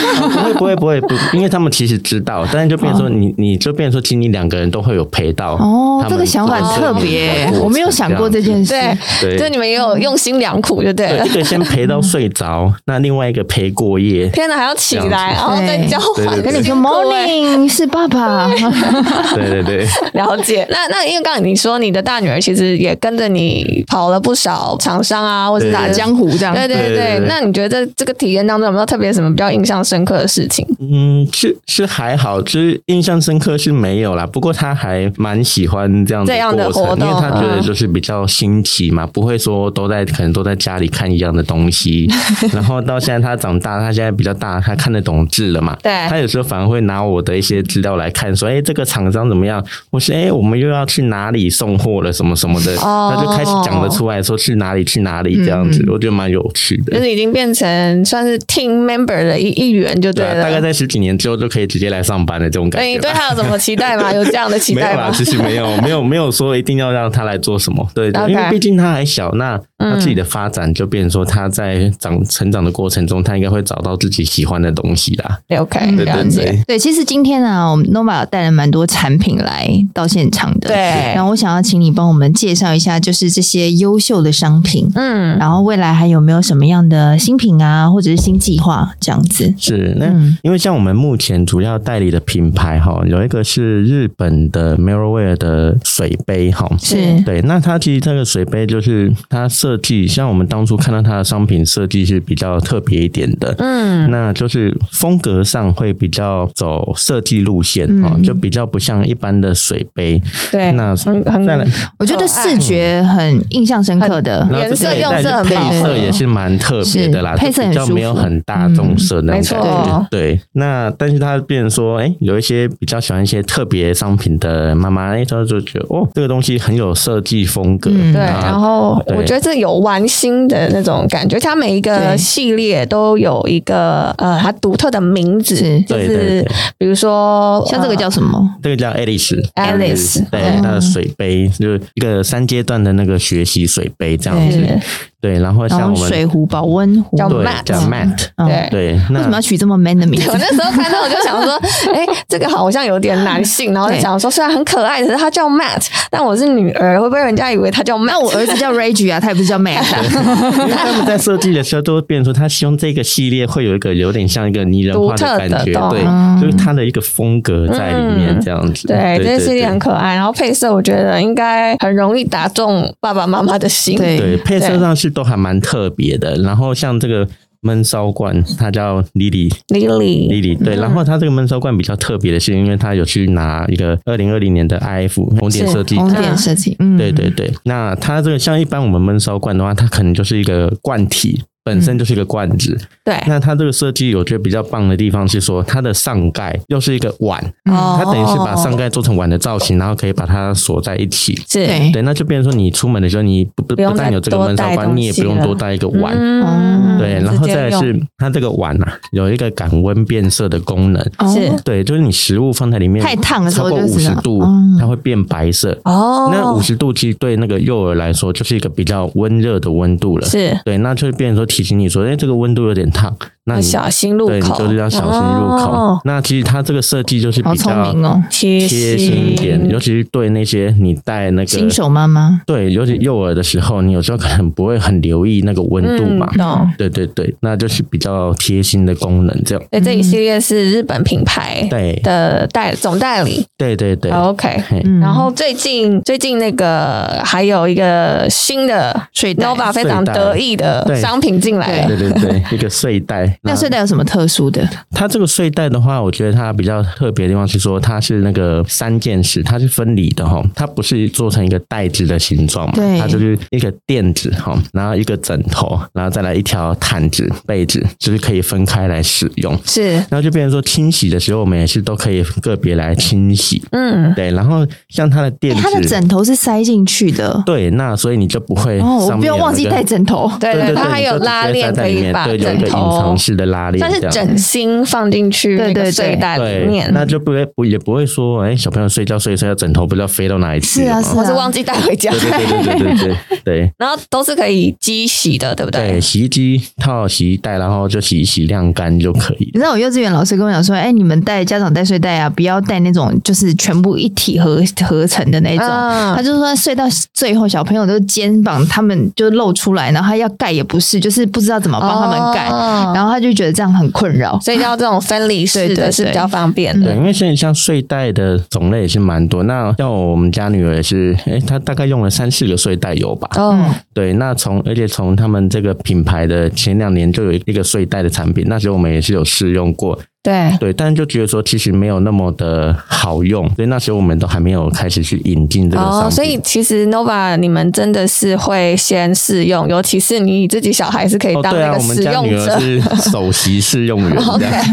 Speaker 3: 不会不会不会不，因为他们其实知道，但是就变成说你你就变成说，其实你两个人都会有陪到。
Speaker 1: 嗯哦，这个想法很特别，我没有想过这件
Speaker 3: 事。
Speaker 1: 事。
Speaker 2: 对，
Speaker 3: 对，
Speaker 2: 就你们也有用心良苦，就对了
Speaker 3: 对，一。个先陪到睡
Speaker 2: [LAUGHS]
Speaker 3: 着，那另外一个陪过夜。
Speaker 2: 天哪，还要起
Speaker 3: 这
Speaker 2: 来，
Speaker 3: 样
Speaker 2: 然后再
Speaker 1: 对
Speaker 2: 交换，
Speaker 3: 对
Speaker 1: 跟你说
Speaker 2: 辛苦欸
Speaker 1: morning 是爸爸， [LAUGHS]
Speaker 3: 对对对，
Speaker 2: 了
Speaker 3: [LAUGHS]
Speaker 2: 解。那那因为刚才你说你的大女儿其实也跟着你跑了不少厂商啊，或者
Speaker 3: 对
Speaker 1: 打
Speaker 2: 打江。
Speaker 1: 江湖这样。
Speaker 2: 对对
Speaker 3: 对对
Speaker 2: 对，
Speaker 3: 对
Speaker 2: 那你觉得这个体验当中有没有特别什么比较印象深刻的事情？
Speaker 3: 嗯，是是还好，就是印象深刻是没有啦。不过他还蛮喜欢这样的
Speaker 2: 这样的
Speaker 3: 过程，
Speaker 2: 活动
Speaker 3: 因为他觉得就是比较新奇嘛，不会说都在可能都在家里看一样的
Speaker 2: [LAUGHS]
Speaker 3: 东西。然后到现在他长大，他现在比较大，他看得懂字了嘛。
Speaker 2: 对
Speaker 3: 他有时候反而会拿我的一些资料来看，说：“哎、这个厂商怎么样？”我说：“哎、我们又要去哪里送货了，什么什么的。
Speaker 2: 哦
Speaker 3: 他就开始讲得出来，说去哪里去哪里这样子，我觉得蛮嗯有趣的。
Speaker 2: 就是已经变成算是 team member 的一一员，就对
Speaker 3: 对啊，
Speaker 2: 了。
Speaker 3: 大概在十几年之后就可以直接来上班的这种感
Speaker 2: 那
Speaker 3: 觉
Speaker 2: 你
Speaker 3: 吧。
Speaker 2: 对他有什么期待吗？有这样的期
Speaker 3: 没有
Speaker 2: 待
Speaker 3: 啦，
Speaker 2: 吗？
Speaker 3: 其实没有，没有，没有说一定要让他来做什么。对
Speaker 2: OK
Speaker 3: 因为毕竟他还小，那他自己的发展就变成说他在长成长的过程中，他应该会找到自己喜欢的东西啦。
Speaker 2: OK，
Speaker 1: 嗯
Speaker 3: 对
Speaker 2: 了
Speaker 3: 对
Speaker 2: 解。
Speaker 3: 对，
Speaker 1: 对，其实今天啊，我们 Nova 带了蛮多产品来到现场的。
Speaker 2: 对
Speaker 1: 然后我想要请你帮我们介绍一下，就是这些优秀的商品，
Speaker 2: 嗯，
Speaker 1: 然后未来还有没有什么样的新品啊，或者是新计划这样子？
Speaker 3: 是那、
Speaker 1: 嗯
Speaker 3: 因为像我们目前主要代理的品牌哈，有一个是日本的 Mirrorware 的水杯哈。
Speaker 1: 是
Speaker 3: 对，那它其实这个水杯就是它设计，像我们当初看到它的商品设计是比较特别一点的，
Speaker 2: 嗯，
Speaker 3: 那就是风格上会比较走设计路线
Speaker 1: 嗯
Speaker 3: 哦，就比较不像一般的水杯。
Speaker 2: 对，
Speaker 3: 那
Speaker 2: 很很
Speaker 3: 再来，
Speaker 1: 我觉得视觉很印象深刻的，
Speaker 3: [LAUGHS] 然后这个也带
Speaker 2: 颜色用色
Speaker 3: 着
Speaker 2: 很饱和
Speaker 3: 配色也是蛮特别的啦，
Speaker 1: 是
Speaker 3: 就
Speaker 1: 配色很
Speaker 3: 比较没有很大众色那种
Speaker 2: 舒服嗯
Speaker 3: 感
Speaker 2: 没错
Speaker 3: 觉。对，那但是它变成说，哎，有一些比较喜欢一些特别商品的妈妈，哎，她就觉得哦，这个东西很有设计风格。
Speaker 1: 嗯
Speaker 2: 对，
Speaker 3: 啊
Speaker 2: 然后
Speaker 3: 对
Speaker 2: 我觉得这有玩心的那种感觉，它每一
Speaker 1: 对
Speaker 2: 个系列都有一个呃，它独特的名字
Speaker 1: 是，
Speaker 2: 就
Speaker 3: 对对
Speaker 2: 是
Speaker 3: 对
Speaker 2: 比如说呃
Speaker 1: 像这个叫什么？
Speaker 3: 这个叫 Alice。
Speaker 2: Alice，
Speaker 3: 对
Speaker 1: 嗯，
Speaker 3: 它的水杯就是一个三阶段的那个学习水杯这样子
Speaker 1: [LAUGHS] 对，
Speaker 3: 对，然后
Speaker 1: 然
Speaker 3: 呃像
Speaker 1: 后
Speaker 3: 我们
Speaker 1: 水壶、保温壶，
Speaker 2: 叫
Speaker 3: 对
Speaker 2: Matt
Speaker 3: 叫 Matt，
Speaker 1: 嗯
Speaker 2: 对
Speaker 3: 对，
Speaker 1: 为什么
Speaker 3: 那
Speaker 1: 要取这么 man 的名字
Speaker 2: 我？那时候看到我就想
Speaker 3: [LAUGHS]
Speaker 2: 说，哎、这个好像有点男性，然后就
Speaker 1: 对
Speaker 2: 想说，虽然很可爱，可是它叫 Matt，但我是女儿，会不会人家以为它叫 Matt？
Speaker 1: 那我儿子叫 Rage 啊，他也不是叫 Matt 啊。
Speaker 3: 因为他们在设计的时候都会变成说，他希望这个系列会有一个有点像一个拟人化的感
Speaker 2: 独特
Speaker 3: 觉，
Speaker 2: 的嗯
Speaker 1: 嗯
Speaker 3: 对，就是它的一个风格在里面这样子。
Speaker 2: 对，这
Speaker 3: 对
Speaker 2: 件事情很可爱。然后配色，我觉得应该很容易打中爸爸妈妈的心。
Speaker 1: 对
Speaker 3: 对，配色上是都还蛮特别的。然后像这个闷烧罐，它叫 Lily。
Speaker 2: ，Lily，
Speaker 3: Lily 对，然后它这个闷烧罐比较特别的是，因为它有去拿一个二零二零年的 IF 红点设计
Speaker 1: 红点设计，嗯，
Speaker 3: 对对对，那它这个像一般我们焖烧罐的话，它可能就是一个罐体，本
Speaker 2: 嗯
Speaker 3: 身就是一个罐子。
Speaker 2: 对
Speaker 3: 那它这个设计，我觉得比较棒的地方是说，它的上盖又是一个碗，
Speaker 1: 嗯
Speaker 2: 哦
Speaker 3: 它等于是把上盖做成碗的造型，然后可以把它锁在一起。
Speaker 2: 是
Speaker 1: 对
Speaker 3: 对，那就变成说，你出门的时候，你不不
Speaker 2: 嗯不用
Speaker 3: 不但
Speaker 2: 再
Speaker 3: 有这个
Speaker 2: 多
Speaker 3: 焖
Speaker 2: 带东
Speaker 3: 烧罐，你也
Speaker 2: 西
Speaker 3: 不用
Speaker 2: 了
Speaker 3: 多带一个碗。
Speaker 2: 嗯
Speaker 1: 哦
Speaker 3: 对，然后
Speaker 2: 直接
Speaker 3: 再来是它这个碗啊，有一个感温变色的功能。
Speaker 1: 哦
Speaker 2: 是
Speaker 3: 对，就是你食物放在里面
Speaker 1: 太烫的时候
Speaker 3: 超过
Speaker 1: 就
Speaker 3: 五
Speaker 1: 是
Speaker 3: 十
Speaker 1: 了
Speaker 3: 度
Speaker 1: 嗯，
Speaker 3: 它会变白色。
Speaker 2: 哦，
Speaker 3: 那五十度其实对那个幼儿来说就是一个比较温热的温度了。
Speaker 2: 是
Speaker 3: 对，那就变成说提醒你说，哎、这个温度有点烫，那你
Speaker 2: 小心入
Speaker 3: 对你
Speaker 2: 口，
Speaker 3: 就是要小心入口。
Speaker 2: 哦
Speaker 3: 那其实它这个设计就是
Speaker 1: 好
Speaker 3: 比
Speaker 1: 聪
Speaker 3: 较
Speaker 1: 明哦，
Speaker 4: 贴
Speaker 3: 贴心一点，尤其是对那些你带那
Speaker 1: 新
Speaker 3: 个。
Speaker 1: 手妈妈
Speaker 3: 对，尤其幼儿的时候，你有时候可能不会很留意那个温度嘛。
Speaker 1: 嗯哦
Speaker 2: 懂。
Speaker 3: 对对对，那就是比较贴心的功能，这样。
Speaker 2: 对，哎这一系列是日本品牌
Speaker 3: 对
Speaker 2: 的代总代理。
Speaker 3: 对对对，
Speaker 2: OK，
Speaker 3: 嘿
Speaker 1: 嗯
Speaker 2: 然后最近最近那个还有一个新的
Speaker 1: 睡袋
Speaker 2: Nova 非常
Speaker 3: 睡袋
Speaker 2: 得意的
Speaker 3: 对
Speaker 2: 商品进来了
Speaker 3: 对，对对，一个睡袋。
Speaker 1: [LAUGHS] 那睡袋有什么特殊的？
Speaker 3: 它这个睡袋的话，我觉得它比较特别的地方是说，它是那个三件式，它是分离的哈，它不是做成一个袋子的形状嘛，
Speaker 1: 对
Speaker 3: 它就是一个垫子哈，然后一个枕头，然后再来一条毯子、被子，就是可以分开来使用。
Speaker 2: 是
Speaker 3: 然后就变成说清洗的时候，我们也是都可以个别来清洗，
Speaker 2: 嗯，
Speaker 3: 对。然后像它的垫
Speaker 1: 哎
Speaker 3: 子，
Speaker 1: 它的枕头是塞进去的
Speaker 3: 对，那所以你就不会
Speaker 1: 哦，我
Speaker 3: 上
Speaker 1: 不
Speaker 3: 面
Speaker 1: 要
Speaker 3: 有
Speaker 1: 忘
Speaker 3: 那
Speaker 1: 记
Speaker 3: 个
Speaker 1: 带枕 [LAUGHS] 头。
Speaker 2: 对
Speaker 3: 对
Speaker 2: 它
Speaker 3: 你
Speaker 2: 还有
Speaker 3: 就直接
Speaker 2: 拉链
Speaker 3: 塞在
Speaker 2: 可
Speaker 3: 里
Speaker 2: 以
Speaker 3: 面
Speaker 2: 把
Speaker 3: 对，有一
Speaker 2: 枕
Speaker 3: 个隐
Speaker 2: 头
Speaker 3: 藏，式的拉链，
Speaker 2: 它是
Speaker 3: 这样
Speaker 2: 枕芯放进去
Speaker 1: 对
Speaker 2: 那
Speaker 1: 对
Speaker 2: 个
Speaker 1: 对
Speaker 2: 睡袋里
Speaker 3: 对
Speaker 2: 面，，
Speaker 3: 那就不会不也不会说，哎、小朋友睡觉睡一睡，枕头不知道飞到哪里去
Speaker 1: 是
Speaker 3: 了
Speaker 1: 啊，
Speaker 3: 嘛。
Speaker 1: 是
Speaker 2: 我是
Speaker 1: 啊
Speaker 2: 忘，记带回家
Speaker 3: 对。对对对对对对对
Speaker 2: 然后都是可以机洗的，对不对？
Speaker 3: 对，洗衣机套洗衣袋，然后就洗一洗晾干就可以
Speaker 1: 你。知道我幼稚园老师跟我讲说，哎，你们带家长带睡袋啊，不要带那种就是全部一体合合成的那种。
Speaker 2: 啊
Speaker 1: 他，就说睡到最后，小朋友的肩膀他们就露出来，然后他要盖也不是，就是不知道怎么帮他们盖，
Speaker 2: 哦
Speaker 1: 然后他就觉得这样很困扰。
Speaker 2: 所以要这种分离式
Speaker 1: 对对对
Speaker 2: 的是比较方便
Speaker 3: 对，
Speaker 2: 的。
Speaker 3: 因为现在像睡袋的种类也是蛮多。那像我们家女儿也是，哎、她大概用了三四个睡袋有吧？
Speaker 2: 哦，
Speaker 3: 对，那从而且从他们这个品牌的前两年就有一个睡袋的产品，那时候我们也是有试用过，
Speaker 2: 对，
Speaker 3: 对，但就觉得说其实没有那么的好用，所以那时候我们都还没有开始去引进这个商品。
Speaker 2: 哦，所以其实 Nova 你们真的是会先试用，尤其是你自己小孩是可以
Speaker 3: 哦，
Speaker 2: 当
Speaker 3: 对
Speaker 2: 那
Speaker 3: 啊，
Speaker 2: 个
Speaker 3: 我们
Speaker 2: 使
Speaker 3: 家
Speaker 2: 用
Speaker 3: 女
Speaker 2: 者哦
Speaker 3: 儿，是首席试用员这
Speaker 2: [LAUGHS] OK，
Speaker 3: 样。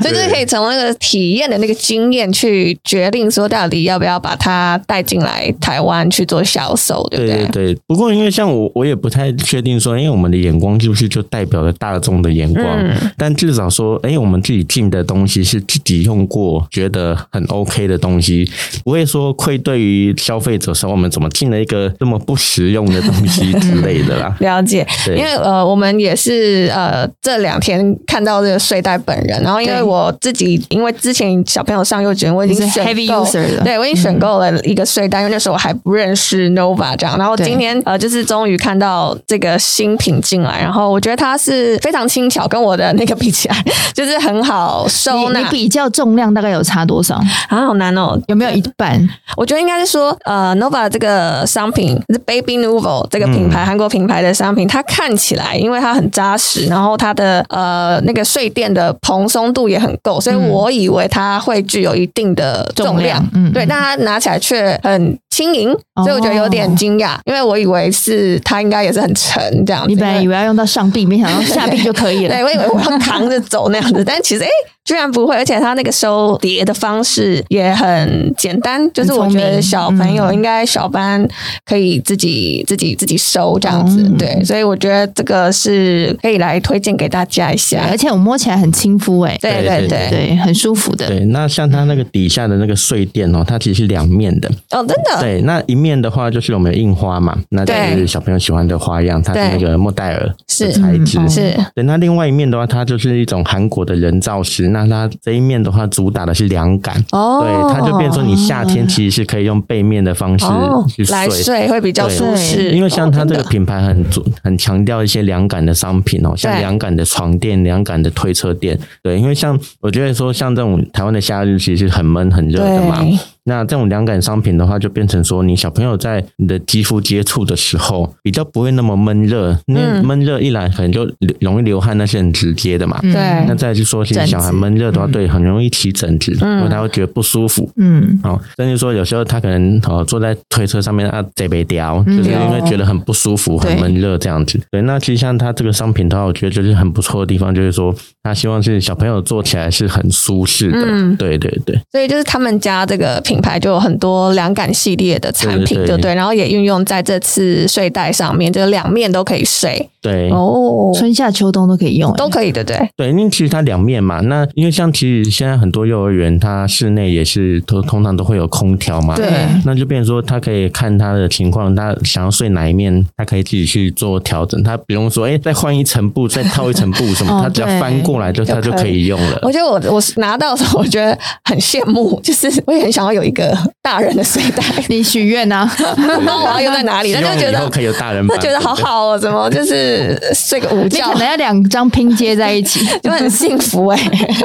Speaker 2: 所以就是可以从那个体验的那个经验去决定说到底要不要把它带进来台湾去做销售，对不
Speaker 3: 对对对，不过因为像我，我也不太确定说，因为我们的眼光是不是就代表了大众的眼光？
Speaker 2: 嗯。
Speaker 3: 但至少说，哎，我们自己进的东西是自己用过，觉得很 OK 的东西，不会说愧对于消费者说我们怎么进了一个这么不实用的东西之类的啦
Speaker 2: [LAUGHS] 了解，
Speaker 3: 对
Speaker 2: 因为呃，我们也是呃这两天看到这个睡袋本人，然后因为
Speaker 1: 对
Speaker 2: 我自己，因为之前小朋友上幼稚园，我已
Speaker 1: 你
Speaker 2: 经
Speaker 1: 是
Speaker 2: 选
Speaker 1: heavy
Speaker 2: 购
Speaker 1: user 的嗯
Speaker 2: 对我已经选购了一个睡袋，因为那时候我还不认识 Nova 这样，然后
Speaker 1: 对
Speaker 2: 今天呃就是终于看到这个新品进来，然后我觉得它是非常轻巧，跟我的那个比起来， [LAUGHS] 就是很好收
Speaker 1: 你
Speaker 2: 纳
Speaker 1: 你比较重量大概有差多少？
Speaker 2: 啊，好难哦，
Speaker 1: 有没有一半？
Speaker 2: 我觉得应该是说，呃，Nova 这个商品是 Baby Nouveau 这个品牌，韩、国品牌的商品，它看起来因为它很扎实，然后它的呃那个睡垫的蓬松度也很够，所以我以为它会具有一定的重
Speaker 1: 重
Speaker 2: 量
Speaker 1: 量，嗯
Speaker 2: 对，
Speaker 1: 嗯
Speaker 2: 但它拿起来却很轻盈，所以我觉得有点惊讶，因为我以为是它应该也是很沉这样子。
Speaker 1: 你本来以为要用到上臂，没想到下臂就可 [LAUGHS] 以了。
Speaker 2: 对，我以为
Speaker 3: [LAUGHS]
Speaker 2: 我要扛着走那样子，但其实哎、诶居然不会，而且它那个收碟的方式也很简单，就是我觉得小朋
Speaker 3: 嗯
Speaker 2: 友应该小班可以自己、自己自己收这样子，
Speaker 1: 嗯
Speaker 2: 对，所以我觉得这个是可以来推荐给大家一
Speaker 1: 对
Speaker 2: 下
Speaker 1: 而，且我摸起来很亲肤诶、
Speaker 2: 对
Speaker 3: 对
Speaker 2: 对欸对，
Speaker 1: 对，很舒服的。
Speaker 3: 对，那像它那个底下的那个睡垫哦，它其实是两面的。
Speaker 2: 哦，真 [LAUGHS] 的，
Speaker 3: 对，那一面的话就是我们有印花嘛，那就
Speaker 2: 对
Speaker 3: 是小朋友喜欢的花样，它是那
Speaker 2: 对
Speaker 3: 个莫代尔
Speaker 2: 是
Speaker 3: 的材质。
Speaker 1: 嗯
Speaker 2: 是
Speaker 3: 对，那另外一面的话，它就是一种韩国的人造石。那它这一面的话，主打的是凉感，
Speaker 2: 哦，
Speaker 3: 对，它就变成你夏天其实是可以用背面的方式
Speaker 2: 哦
Speaker 3: 去睡。
Speaker 2: 来睡会比较
Speaker 3: 对
Speaker 2: 舒适，
Speaker 3: 因为像它
Speaker 2: 哦
Speaker 3: 这个
Speaker 2: 真的
Speaker 3: 品牌很注很强调一些凉感的商品哦，像
Speaker 2: 对
Speaker 3: 凉感的床垫、凉感的推车垫，对，因为像我觉得说像这种台湾的夏日其实很闷很热的嘛，
Speaker 2: 对
Speaker 3: 那这种凉感商品的话，就变成说你小朋友在你的肌肤接触的时候，比较不会那么闷热，那
Speaker 2: 嗯
Speaker 3: 闷热一来可能就流容易流汗，那是很直接的嘛。
Speaker 1: 嗯
Speaker 2: 对
Speaker 3: 那再来就说，其
Speaker 1: 疹子
Speaker 3: 实小孩闷热的话，对，很容易起疹子，
Speaker 2: 嗯
Speaker 3: 因为他会觉得不舒服。
Speaker 1: 嗯，
Speaker 3: 哦，甚至说有时候他可能哦坐在推车上面啊，这边掉，
Speaker 1: 嗯
Speaker 3: 就是因为觉得很不舒服、
Speaker 1: 对
Speaker 3: 很闷热这样子。对，那其实像它这个商品的话，我觉得就是很不错的地方，就是说他希望是小朋友坐起来是很舒适的。
Speaker 2: 嗯
Speaker 3: 对对对
Speaker 2: 所以就是他们家这个品牌就有很多凉感系列的产品，
Speaker 3: 对对
Speaker 2: 对
Speaker 3: 对
Speaker 2: 不对？然后也运用在这次睡袋上面，就是两面都可以睡。
Speaker 3: 对。
Speaker 2: 哦，
Speaker 1: 春夏秋冬都可以用、欸
Speaker 2: 都可以，对不对？
Speaker 3: 对，因为其实它两面嘛，那因为像其实现在很多幼儿园，它室内也是都通常都会有空调嘛，
Speaker 2: 对
Speaker 3: 那就变成说，他可以看他的情况，他想要睡哪一面，他可以自己去做调整。他不用说，哎、再换一层布，再套一层布什么，
Speaker 1: 哦
Speaker 3: 他只要翻过来就
Speaker 2: 对
Speaker 3: 他就可以用了
Speaker 2: 我。觉得我我拿到的时候，我觉得很羡慕，就是我也很想要有一个大人的睡袋，
Speaker 1: 你许愿啊，
Speaker 2: 不知道我要用在哪里，
Speaker 3: 希
Speaker 2: 但
Speaker 3: 望
Speaker 2: 就觉
Speaker 3: 以后
Speaker 2: 得
Speaker 3: 可以有大人
Speaker 2: 我
Speaker 3: 版，
Speaker 2: 觉得好
Speaker 3: 对不对。
Speaker 2: 好哦，怎么就是睡个午
Speaker 1: 你
Speaker 2: 觉
Speaker 1: 可能要两张拼接在一起。
Speaker 2: 就很幸福哎、 [LAUGHS]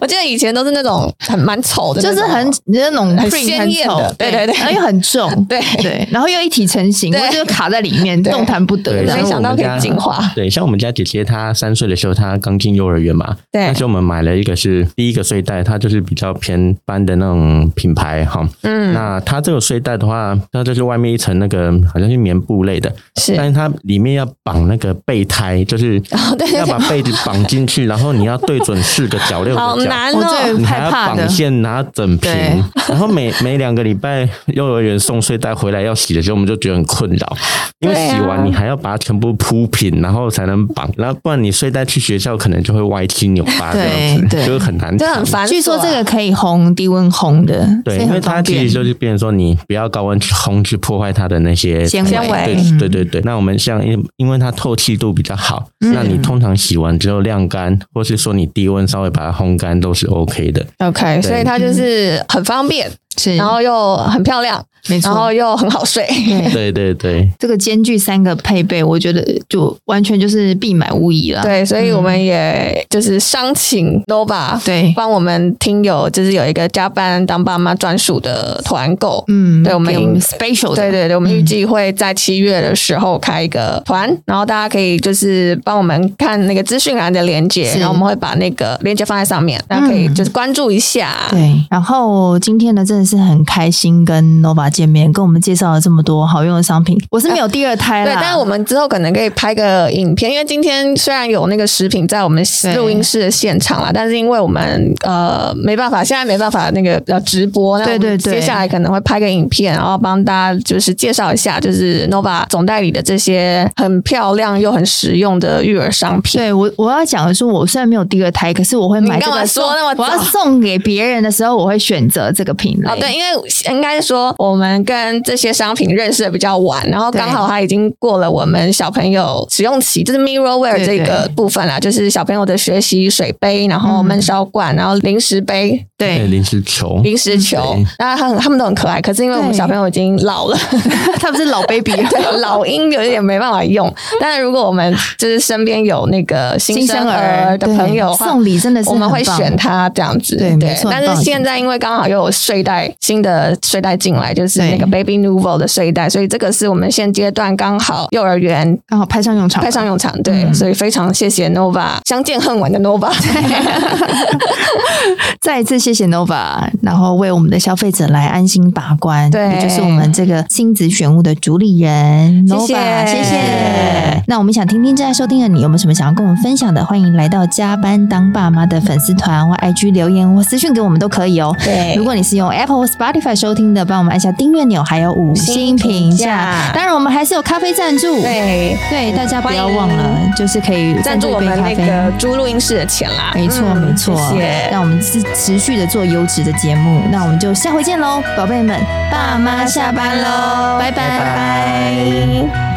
Speaker 2: 我记得以前都是那种很蛮丑的那
Speaker 1: 就
Speaker 2: 种，
Speaker 1: 是很那种
Speaker 2: 很
Speaker 1: print
Speaker 2: 鲜艳的
Speaker 1: 很丑
Speaker 2: 对对对
Speaker 1: 然后又很重，
Speaker 2: [LAUGHS] 对
Speaker 1: 对，然后又一体成型，
Speaker 2: 对
Speaker 1: 或者就卡在里面，
Speaker 2: 对
Speaker 1: 动弹不得
Speaker 3: 对，
Speaker 1: 的
Speaker 2: 没
Speaker 3: 像。
Speaker 2: 想
Speaker 3: 我
Speaker 2: 到
Speaker 3: 们
Speaker 2: 可以
Speaker 3: 家
Speaker 2: 进化
Speaker 3: [LAUGHS] 对，像我们家姐姐，她三岁的时候，她刚进幼儿园嘛，
Speaker 2: 对
Speaker 3: 那时候我们买了一个是第一个睡袋，它就是比较偏般的那种品牌哈。嗯，那它这个睡袋的话，它就是外面一层那个好像是棉布类的，
Speaker 2: 是哦
Speaker 3: 但是它里面要绑那个备胎，就是
Speaker 2: 对对
Speaker 3: 要把被子绑进去，然后你要对准四个角、六
Speaker 2: 好
Speaker 3: 个角。
Speaker 2: 难
Speaker 1: 我
Speaker 2: 哦。
Speaker 1: 最
Speaker 3: 你还
Speaker 1: 害
Speaker 3: 要
Speaker 1: 怕
Speaker 3: 绑
Speaker 1: 的，
Speaker 3: 线，拿整平
Speaker 1: 对，
Speaker 3: [LAUGHS] 然后每每两个礼拜幼儿园送睡袋回来要洗的时候，我们就觉得很困扰，因为
Speaker 2: 对啊
Speaker 3: 洗完你还要把它全部铺平，然后才能绑，然后不然你睡袋去学校可能就会歪七扭八这样
Speaker 1: 对
Speaker 3: 子，
Speaker 1: 对
Speaker 3: 就是很难
Speaker 2: 这
Speaker 3: 缠。
Speaker 2: 很烦、
Speaker 1: 据说这个可以烘低温烘的，
Speaker 3: 对，
Speaker 1: 所以
Speaker 3: 因为
Speaker 1: 很
Speaker 3: 它
Speaker 1: 方
Speaker 3: 其
Speaker 1: 便
Speaker 3: 实。就是变成说，你不要高温去烘去破坏它的那些
Speaker 1: 纤维嗯
Speaker 2: 纤维
Speaker 3: 对对对对。那我们像因因为它透气度比较好，那你通常洗完之后晾干，或是说你低温稍微把它烘干都是 OK 的。
Speaker 2: OK，所以它就是很方便，
Speaker 1: 是，
Speaker 2: 然后又很漂亮，
Speaker 1: 没
Speaker 2: 然
Speaker 1: 错
Speaker 2: 后。又很好睡。
Speaker 1: 对
Speaker 3: 对对对，
Speaker 1: 这个兼具三个配备，我觉得就完全就是必买无疑了。
Speaker 2: [LAUGHS] 对，所以我们也就是商请 Nova
Speaker 1: 对
Speaker 2: 帮我们听友，就是有一个加班当爸妈专属的团购。
Speaker 1: 嗯，
Speaker 2: 对我们
Speaker 1: 给我们 special 的
Speaker 2: 对对对，我们预计会在七月的时候开一个团，然后大家可以就是帮我们看那个资讯栏的连接，
Speaker 1: 是
Speaker 2: 然后我们会把那个连接放在上面，大家可以就是关注一下。
Speaker 1: 对，然后今天呢，真的是很开心跟 Nova 见面，跟我们介绍了这么多好用的商品。我是没有第二胎
Speaker 2: 对
Speaker 1: 啦，，
Speaker 2: 但是我们之后可能可以拍个影片，因为今天虽然有那个食品在我们
Speaker 1: 对
Speaker 2: 录音室的现场啦，但是因为我们呃没办法，现在没办法那个呃直播，那我们
Speaker 1: 对对对
Speaker 2: 接下来可能会拍个影片，然后帮大家就是介绍一下，就是 Nova 总代理的这些很漂亮又很实用的育儿商品。
Speaker 1: 对我我要讲的是，我虽然没有第二胎，可是我会买这
Speaker 2: 你干
Speaker 1: 个
Speaker 2: 嘛
Speaker 1: 送。
Speaker 2: 说那么早
Speaker 1: 我要送给别人的时候，我会选择这个品类。
Speaker 2: 哦，对，因为应该是说我们跟这些商品认识的比较晚，然后
Speaker 1: 对
Speaker 2: 刚好它已经过了我们小朋友使用期，就是 Mirror Wear
Speaker 1: 对
Speaker 2: 这个部分啦，就是小朋友的学习水杯，然后闷烧罐，然后零食杯、
Speaker 3: 哎
Speaker 1: 对，
Speaker 3: 临时球，
Speaker 2: 零食球
Speaker 3: 对，
Speaker 2: 那他很他们都很可爱，可是因为我们
Speaker 1: 嗯对
Speaker 2: 小朋友已经老了，
Speaker 1: [LAUGHS] 他不是老 baby，
Speaker 2: [LAUGHS] 对老鹰有一点没办法用，但是如果我们就是身边有那个新
Speaker 1: 新生
Speaker 2: 生儿的
Speaker 1: 对
Speaker 2: 朋友的话。
Speaker 1: 送礼真的是
Speaker 2: 我们会
Speaker 1: 很棒
Speaker 2: 选它这样子，
Speaker 1: 对没错
Speaker 2: 但
Speaker 1: 很棒
Speaker 2: 是
Speaker 1: 很
Speaker 2: 现在因为刚好又有睡袋新的睡袋进来，就是
Speaker 1: 对
Speaker 2: 那个 Baby Nouveau 的睡袋，所以这个是我们现阶段刚好幼儿园
Speaker 1: 刚好派上用场，
Speaker 2: 派上用场。对，
Speaker 1: 嗯
Speaker 2: 所以非常谢谢 Nova，相见恨晚的 Nova。
Speaker 1: 再一次谢谢 Nova，然后为我们的消费者来安心把关，
Speaker 2: 对
Speaker 1: 也就是我们这个亲子选物的主理人
Speaker 2: 谢
Speaker 1: Nova，
Speaker 2: 谢
Speaker 1: 谢谢。那我们想听听正在收听的你有没有什么想要跟我们分享的，欢迎来到加班当爸妈的粉丝团或 IG 留言或私讯给我们都可以哦。
Speaker 2: 对
Speaker 1: 如果你是用 Apple 或 Spotify 收听的，帮我们按下订阅钮，还有五星评
Speaker 2: 评价
Speaker 1: 价。当然，我们还是有咖啡赞助，
Speaker 2: 对，
Speaker 1: 对大家不要
Speaker 2: 欢迎
Speaker 1: 忘了，就是可以
Speaker 2: 赞助
Speaker 1: 一
Speaker 2: 我
Speaker 1: 杯
Speaker 2: 们
Speaker 1: 咖
Speaker 2: 那
Speaker 1: 啡
Speaker 2: 个租录音室的钱啦。
Speaker 1: 没错，
Speaker 2: 嗯
Speaker 1: 没错，
Speaker 2: 谢谢。
Speaker 1: 让我们持持续的做优质的节目，那我们就下回见喽，宝贝们，爸妈下班喽，拜拜。拜拜